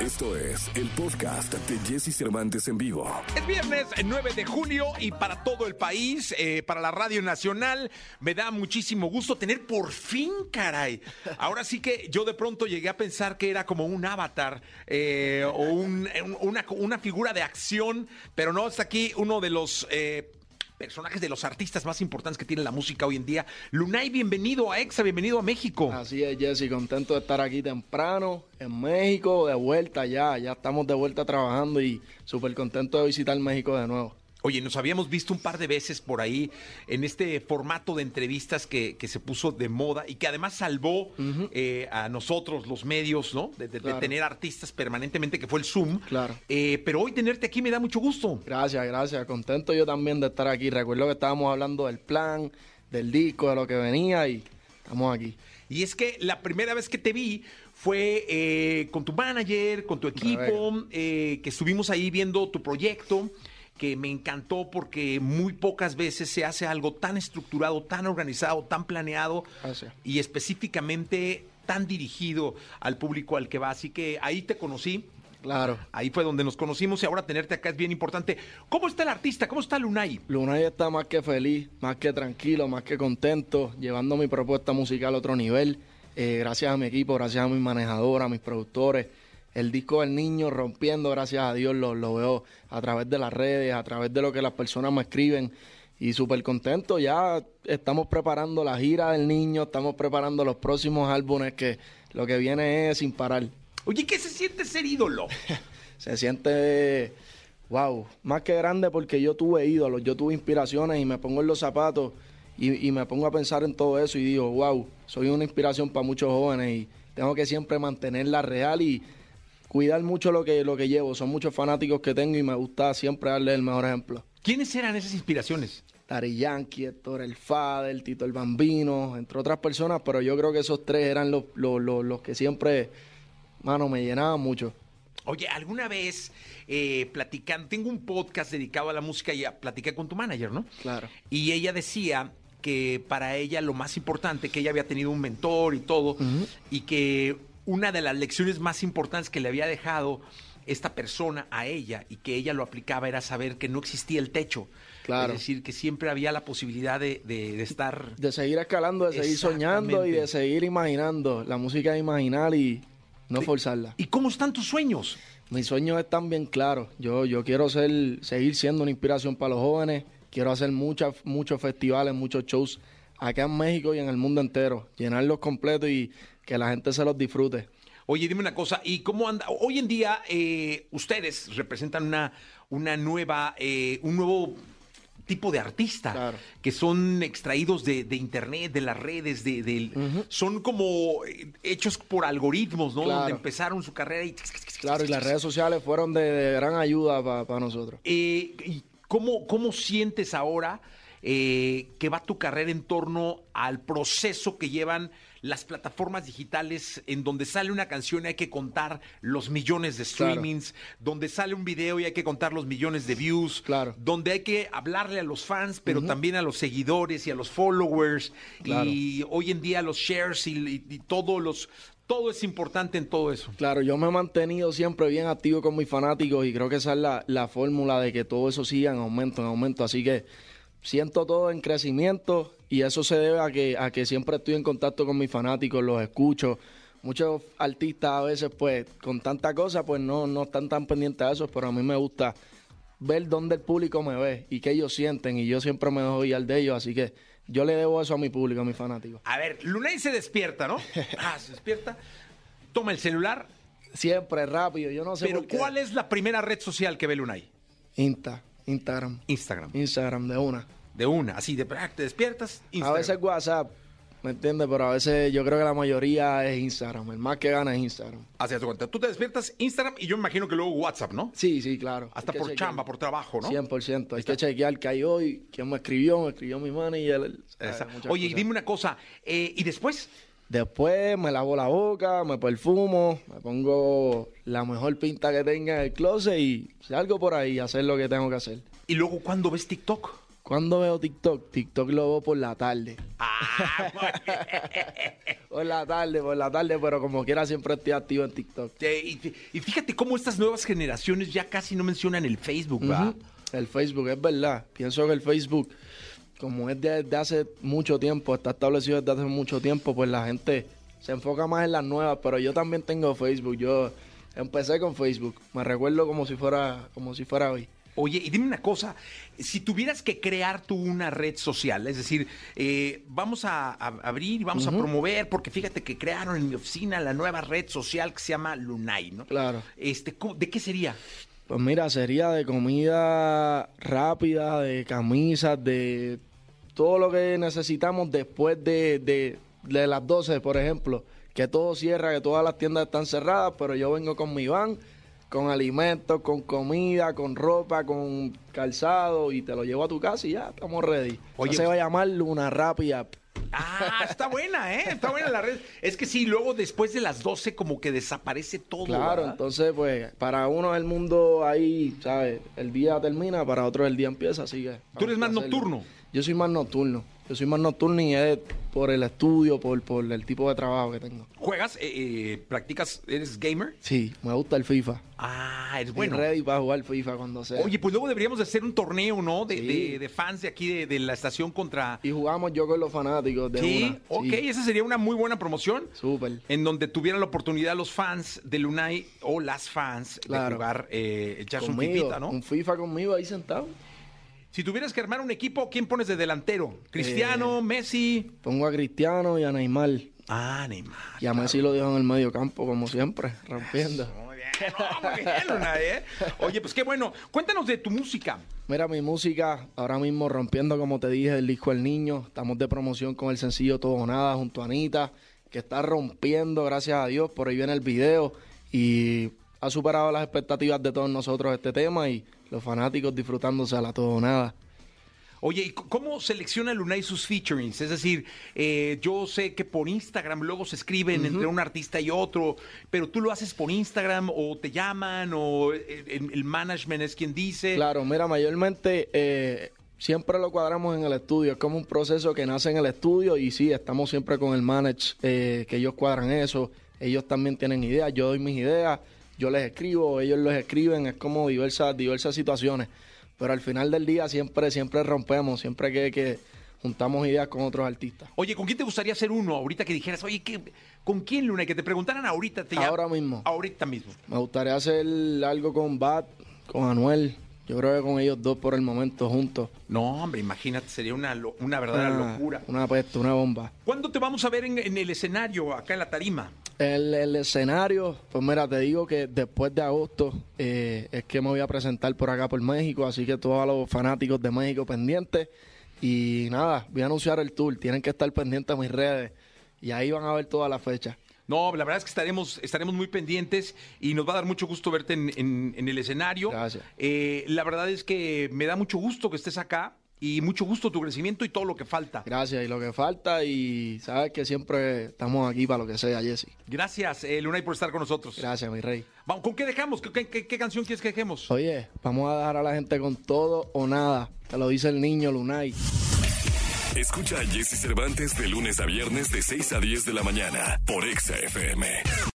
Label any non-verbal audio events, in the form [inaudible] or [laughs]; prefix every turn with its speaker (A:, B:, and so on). A: Esto es el podcast de Jesse Cervantes en vivo.
B: Es viernes 9 de julio y para todo el país, eh, para la Radio Nacional, me da muchísimo gusto tener por fin, caray. Ahora sí que yo de pronto llegué a pensar que era como un avatar eh, o un- un- una, una figura de acción, pero no, está aquí uno de los... eh, personajes de los artistas más importantes que tiene la música hoy en día. Lunay, bienvenido a Exa, bienvenido a México.
C: Así es, Jesse, contento de estar aquí temprano en México, de vuelta ya, ya estamos de vuelta trabajando y súper contento de visitar México de nuevo.
B: Oye, nos habíamos visto un par de veces por ahí en este formato de entrevistas que, que se puso de moda y que además salvó eh, a nosotros, los medios, ¿no? De, de- de
C: Claro.
B: tener artistas permanentemente, que fue el Zoom.
C: Claro.
B: Eh, pero hoy tenerte aquí me da mucho gusto.
C: Gracias, gracias, contento yo también de estar aquí. Recuerdo que estábamos hablando del plan, del disco, de lo que venía y estamos aquí.
B: Y es que la primera vez que te vi fue eh, con tu manager, con tu equipo, eh, que estuvimos ahí viendo tu proyecto, que me encantó porque muy pocas veces se hace algo tan estructurado, tan organizado, tan planeado
C: Gracias.
B: y específicamente tan dirigido al público al que va. Así que ahí te conocí.
C: Claro.
B: Ahí fue donde nos conocimos y ahora tenerte acá es bien importante. ¿Cómo está el artista? ¿Cómo está Lunay?
C: Luna ya está más que feliz, más que tranquilo, más que contento, llevando mi propuesta musical a otro nivel. Eh, gracias a mi equipo, gracias a mis manejadoras, a mis productores. El disco del niño rompiendo, gracias a Dios, lo, lo veo a través de las redes, a través de lo que las personas me escriben. Y súper contento, ya estamos preparando la gira del niño, estamos preparando los próximos álbumes que lo que viene es sin parar.
B: Oye, ¿qué se siente ser ídolo?
C: Se siente, wow, más que grande porque yo tuve ídolos, yo tuve inspiraciones y me pongo en los zapatos y, y me pongo a pensar en todo eso y digo, wow, soy una inspiración para muchos jóvenes y tengo que siempre mantenerla real y cuidar mucho lo que, lo que llevo. Son muchos fanáticos que tengo y me gusta siempre darle el mejor ejemplo.
B: ¿Quiénes eran esas inspiraciones?
C: Dari Yankee, Héctor El Fader, Tito el Bambino, entre otras personas, pero yo creo que esos tres eran los, los, los, los que siempre, mano, me llenaban mucho.
B: Oye, alguna vez eh, platicando, tengo un podcast dedicado a la música y a, platiqué con tu manager, ¿no?
C: Claro.
B: Y ella decía que para ella lo más importante, que ella había tenido un mentor y todo, y que una de las lecciones más importantes que le había dejado esta persona a ella y que ella lo aplicaba era saber que no existía el techo.
C: Claro.
B: Es decir, que siempre había la posibilidad de, de- de estar...
C: De seguir escalando, de seguir soñando y
B: Exactamente.
C: de seguir imaginando. La música es imaginar y no forzarla.
B: ¿Y cómo están tus sueños?
C: Mis sueños están bien claros. Yo, yo quiero ser, seguir siendo una inspiración para los jóvenes. Quiero hacer muchas, muchos festivales, muchos shows acá en México y en el mundo entero. Llenarlos completos y que la gente se los disfrute.
B: Oye, dime una cosa, ¿y cómo anda? Hoy en día eh, ustedes representan una, una nueva, eh, un nuevo tipo de artista
C: Claro.
B: que son extraídos de, de internet, de las redes, de, del- son como eh, hechos por algoritmos, ¿no? Donde
C: Claro.
B: empezaron su carrera y...
C: Claro, y las redes sociales fueron de, de gran ayuda para nosotros.
B: Eh, ¿y cómo, cómo sientes ahora eh, que va tu carrera en torno al proceso que llevan las plataformas digitales en donde sale una canción y hay que contar los millones de
C: Claro.
B: streamings, donde sale un video y hay que contar los millones de views,
C: Claro.
B: donde hay que hablarle a los fans, pero también a los seguidores y a los followers
C: Claro.
B: y hoy en día los shares y, y- y todos los... Todo es importante en todo eso.
C: Claro, yo me he mantenido siempre bien activo con mis fanáticos y creo que esa es la, la fórmula de que todo eso siga en aumento, en aumento. Así que siento todo en crecimiento y eso se debe a que, a que siempre estoy en contacto con mis fanáticos, los escucho. Muchos artistas a veces, pues, con tanta cosa, pues no, no están tan pendientes a eso, pero a mí me gusta ver dónde el público me ve y qué ellos sienten y yo siempre me dejo guiar de ellos, así que yo le debo eso a mi público, a mis fanáticos.
B: A ver, Lunay se despierta, ¿no? Ah, se despierta, toma el celular,
C: Siempre, rápido, yo no sé
B: pero
C: por qué.
B: ¿cuál es la primera red social que ve Lunay?
C: Insta, Instagram.
B: Instagram.
C: Instagram de una.
B: De una, así de ah, te despiertas, Instagram.
C: A veces WhatsApp, ¿me entiendes? Pero a veces yo creo que la mayoría es Instagram. El más que gana es Instagram.
B: Así haz de cuenta. Tú te despiertas, Instagram, y yo me imagino que luego WhatsApp, ¿no?
C: Sí, sí, claro.
B: Hasta
C: Hay que
B: por
C: chequear.
B: chamba, por trabajo, ¿no?
C: 100%. Hay que chequear qué hay hoy, quién me escribió, me escribió mi manager. el-
B: Esa-
C: ¿sabes? Muchas
B: Oye, y
C: cosas.
B: dime una cosa, eh, ¿y después?
C: Después me lavo la boca, me perfumo, me pongo la mejor pinta que tenga en el closet y salgo por ahí a hacer lo que tengo que hacer.
B: ¿Y luego cuándo ves TikTok?
C: ¿Cuándo veo TikTok? TikTok lo veo por la tarde.
B: Ah, [laughs] muy bien.
C: Por la tarde, por la tarde, pero como quiera siempre estoy activo en TikTok.
B: Eh, y fí- Y fíjate cómo estas nuevas generaciones ya casi no mencionan el Facebook,
C: Ujú.
B: ¿verdad?
C: El Facebook, es verdad. Pienso que el Facebook, como es de- desde hace mucho tiempo, está establecido desde hace mucho tiempo, pues la gente se enfoca más en las nuevas, pero yo también tengo Facebook. Yo empecé con Facebook. Me recuerdo como si fuera, como si fuera hoy.
B: Oye, y dime una cosa, si tuvieras que crear tú una red social, es decir, eh, vamos a, a abrir y vamos a promover, porque fíjate que crearon en mi oficina la nueva red social que se llama Lunay, ¿no?
C: Claro.
B: Este, ¿cómo- ¿De qué sería?
C: Pues mira, sería de comida rápida, de camisas, de todo lo que necesitamos después de, de- de las 12, por ejemplo. Que todo cierra, que todas las tiendas están cerradas, pero yo vengo con mi van, con alimentos, con comida, con ropa, con calzado y te lo llevo a tu casa y ya estamos ready.
B: Oye,
C: Oye, se va a llamar Luna Rápida.
B: Ah, está buena, ¿eh? Está buena la red. Es que sí, luego después de las 12 como que desaparece todo.
C: Claro,
B: ¿verdad?
C: entonces pues para uno el mundo ahí, ¿sabes? El día termina, para otro el día empieza, así que...
B: Tú eres más
C: vamos a hacerlo.
B: nocturno.
C: Yo soy más nocturno. Yo soy más nocturno y es por el estudio, por, por el tipo de trabajo que tengo.
B: ¿Juegas? eh, eh, ¿Practicas? ¿Eres gamer?
C: Sí, me gusta el FIFA.
B: Ah, eres
C: Bueno.
B: bueno.
C: ready para jugar FIFA cuando sea.
B: Oye, pues luego deberíamos de hacer un torneo, ¿no? De,
C: Sí.
B: de- de fans de aquí de, de la estación contra...
C: Y jugamos yo con los fanáticos de
B: sí,
C: una. Sí,
B: ok, esa sería una muy buena promoción.
C: Súper.
B: En donde tuvieran la oportunidad los fans de Lunay o las fans de
C: Claro.
B: jugar, eh, echarse un
C: Conmigo,
B: pipita, ¿no?
C: un FIFA conmigo ahí sentado.
B: Si tuvieras que armar un equipo, ¿quién pones de delantero?
C: Eh.
B: ¿Cristiano, Messi?
C: Pongo a Cristiano y a Neymar. Y
B: Ah, Neymar.
C: a Messi lo dejo en el medio campo, como siempre, rompiendo.
B: Muy bien, no, muy bien, Lunay, ¿eh? Oye, pues qué bueno. Cuéntanos de tu música.
C: Mira, mi música ahora mismo rompiendo, como te dije, el disco El Niño. Estamos de promoción con el sencillo Todo o Nada junto a Anita, que está rompiendo, gracias a Dios. Por ahí viene el video y ha superado las expectativas de todos nosotros este tema y los fanáticos disfrutándose a la Todo o Nada.
B: Oye, ¿y c- cómo selecciona Lunay sus featurings? Es decir, eh, yo sé que por Instagram luego se escriben entre un artista y otro, pero tú lo haces por Instagram o te llaman o eh, el, el management es quien dice.
C: Claro, mira, mayormente eh, siempre lo cuadramos en el estudio. Es como un proceso que nace en el estudio y sí, estamos siempre con el manage, eh, que ellos cuadran eso. Ellos también tienen ideas, yo doy mis ideas, yo les escribo, ellos los escriben. Es como diversas, diversas situaciones. Pero al final del día siempre, siempre rompemos, siempre que, que juntamos ideas con otros artistas.
B: Oye, ¿con quién te gustaría hacer uno ahorita que dijeras, oye, ¿qué- ¿con quién Lunay? Que te preguntaran ahorita. Te llam-
C: Ahora mismo.
B: Ahorita mismo.
C: Me gustaría hacer algo con Bat, con Anuel. Yo creo que con ellos dos por el momento juntos.
B: No, hombre, imagínate, sería una, lo- una verdadera
C: Una-
B: locura.
C: Una peste, una bomba.
B: ¿Cuándo te vamos a ver en, en el escenario, acá en la tarima?
C: El, el escenario, pues mira, te digo que después de agosto eh, es que me voy a presentar por acá por México, así que todos los fanáticos de México pendientes. Y nada, voy a anunciar el tour, tienen que estar pendientes a mis redes y ahí van a ver todas las fechas.
B: No, la verdad es que estaremos, estaremos muy pendientes y nos va a dar mucho gusto verte en, en- en el escenario.
C: Gracias.
B: Eh, la verdad es que me da mucho gusto que estés acá y mucho gusto tu crecimiento y todo lo que falta.
C: Gracias, y lo que falta, y sabes que siempre estamos aquí para lo que sea, Jesse.
B: Gracias, eh, Lunay, por estar con nosotros.
C: Gracias, mi rey.
B: Vamos, ¿con qué dejamos? ¿Qué, qué- qué canción quieres que dejemos?
C: Oye, vamos a dejar a la gente con todo o nada, te lo dice el niño Lunay.
A: Escucha a Jesse Cervantes de lunes a viernes de 6 a 10 de la mañana por Exa FM.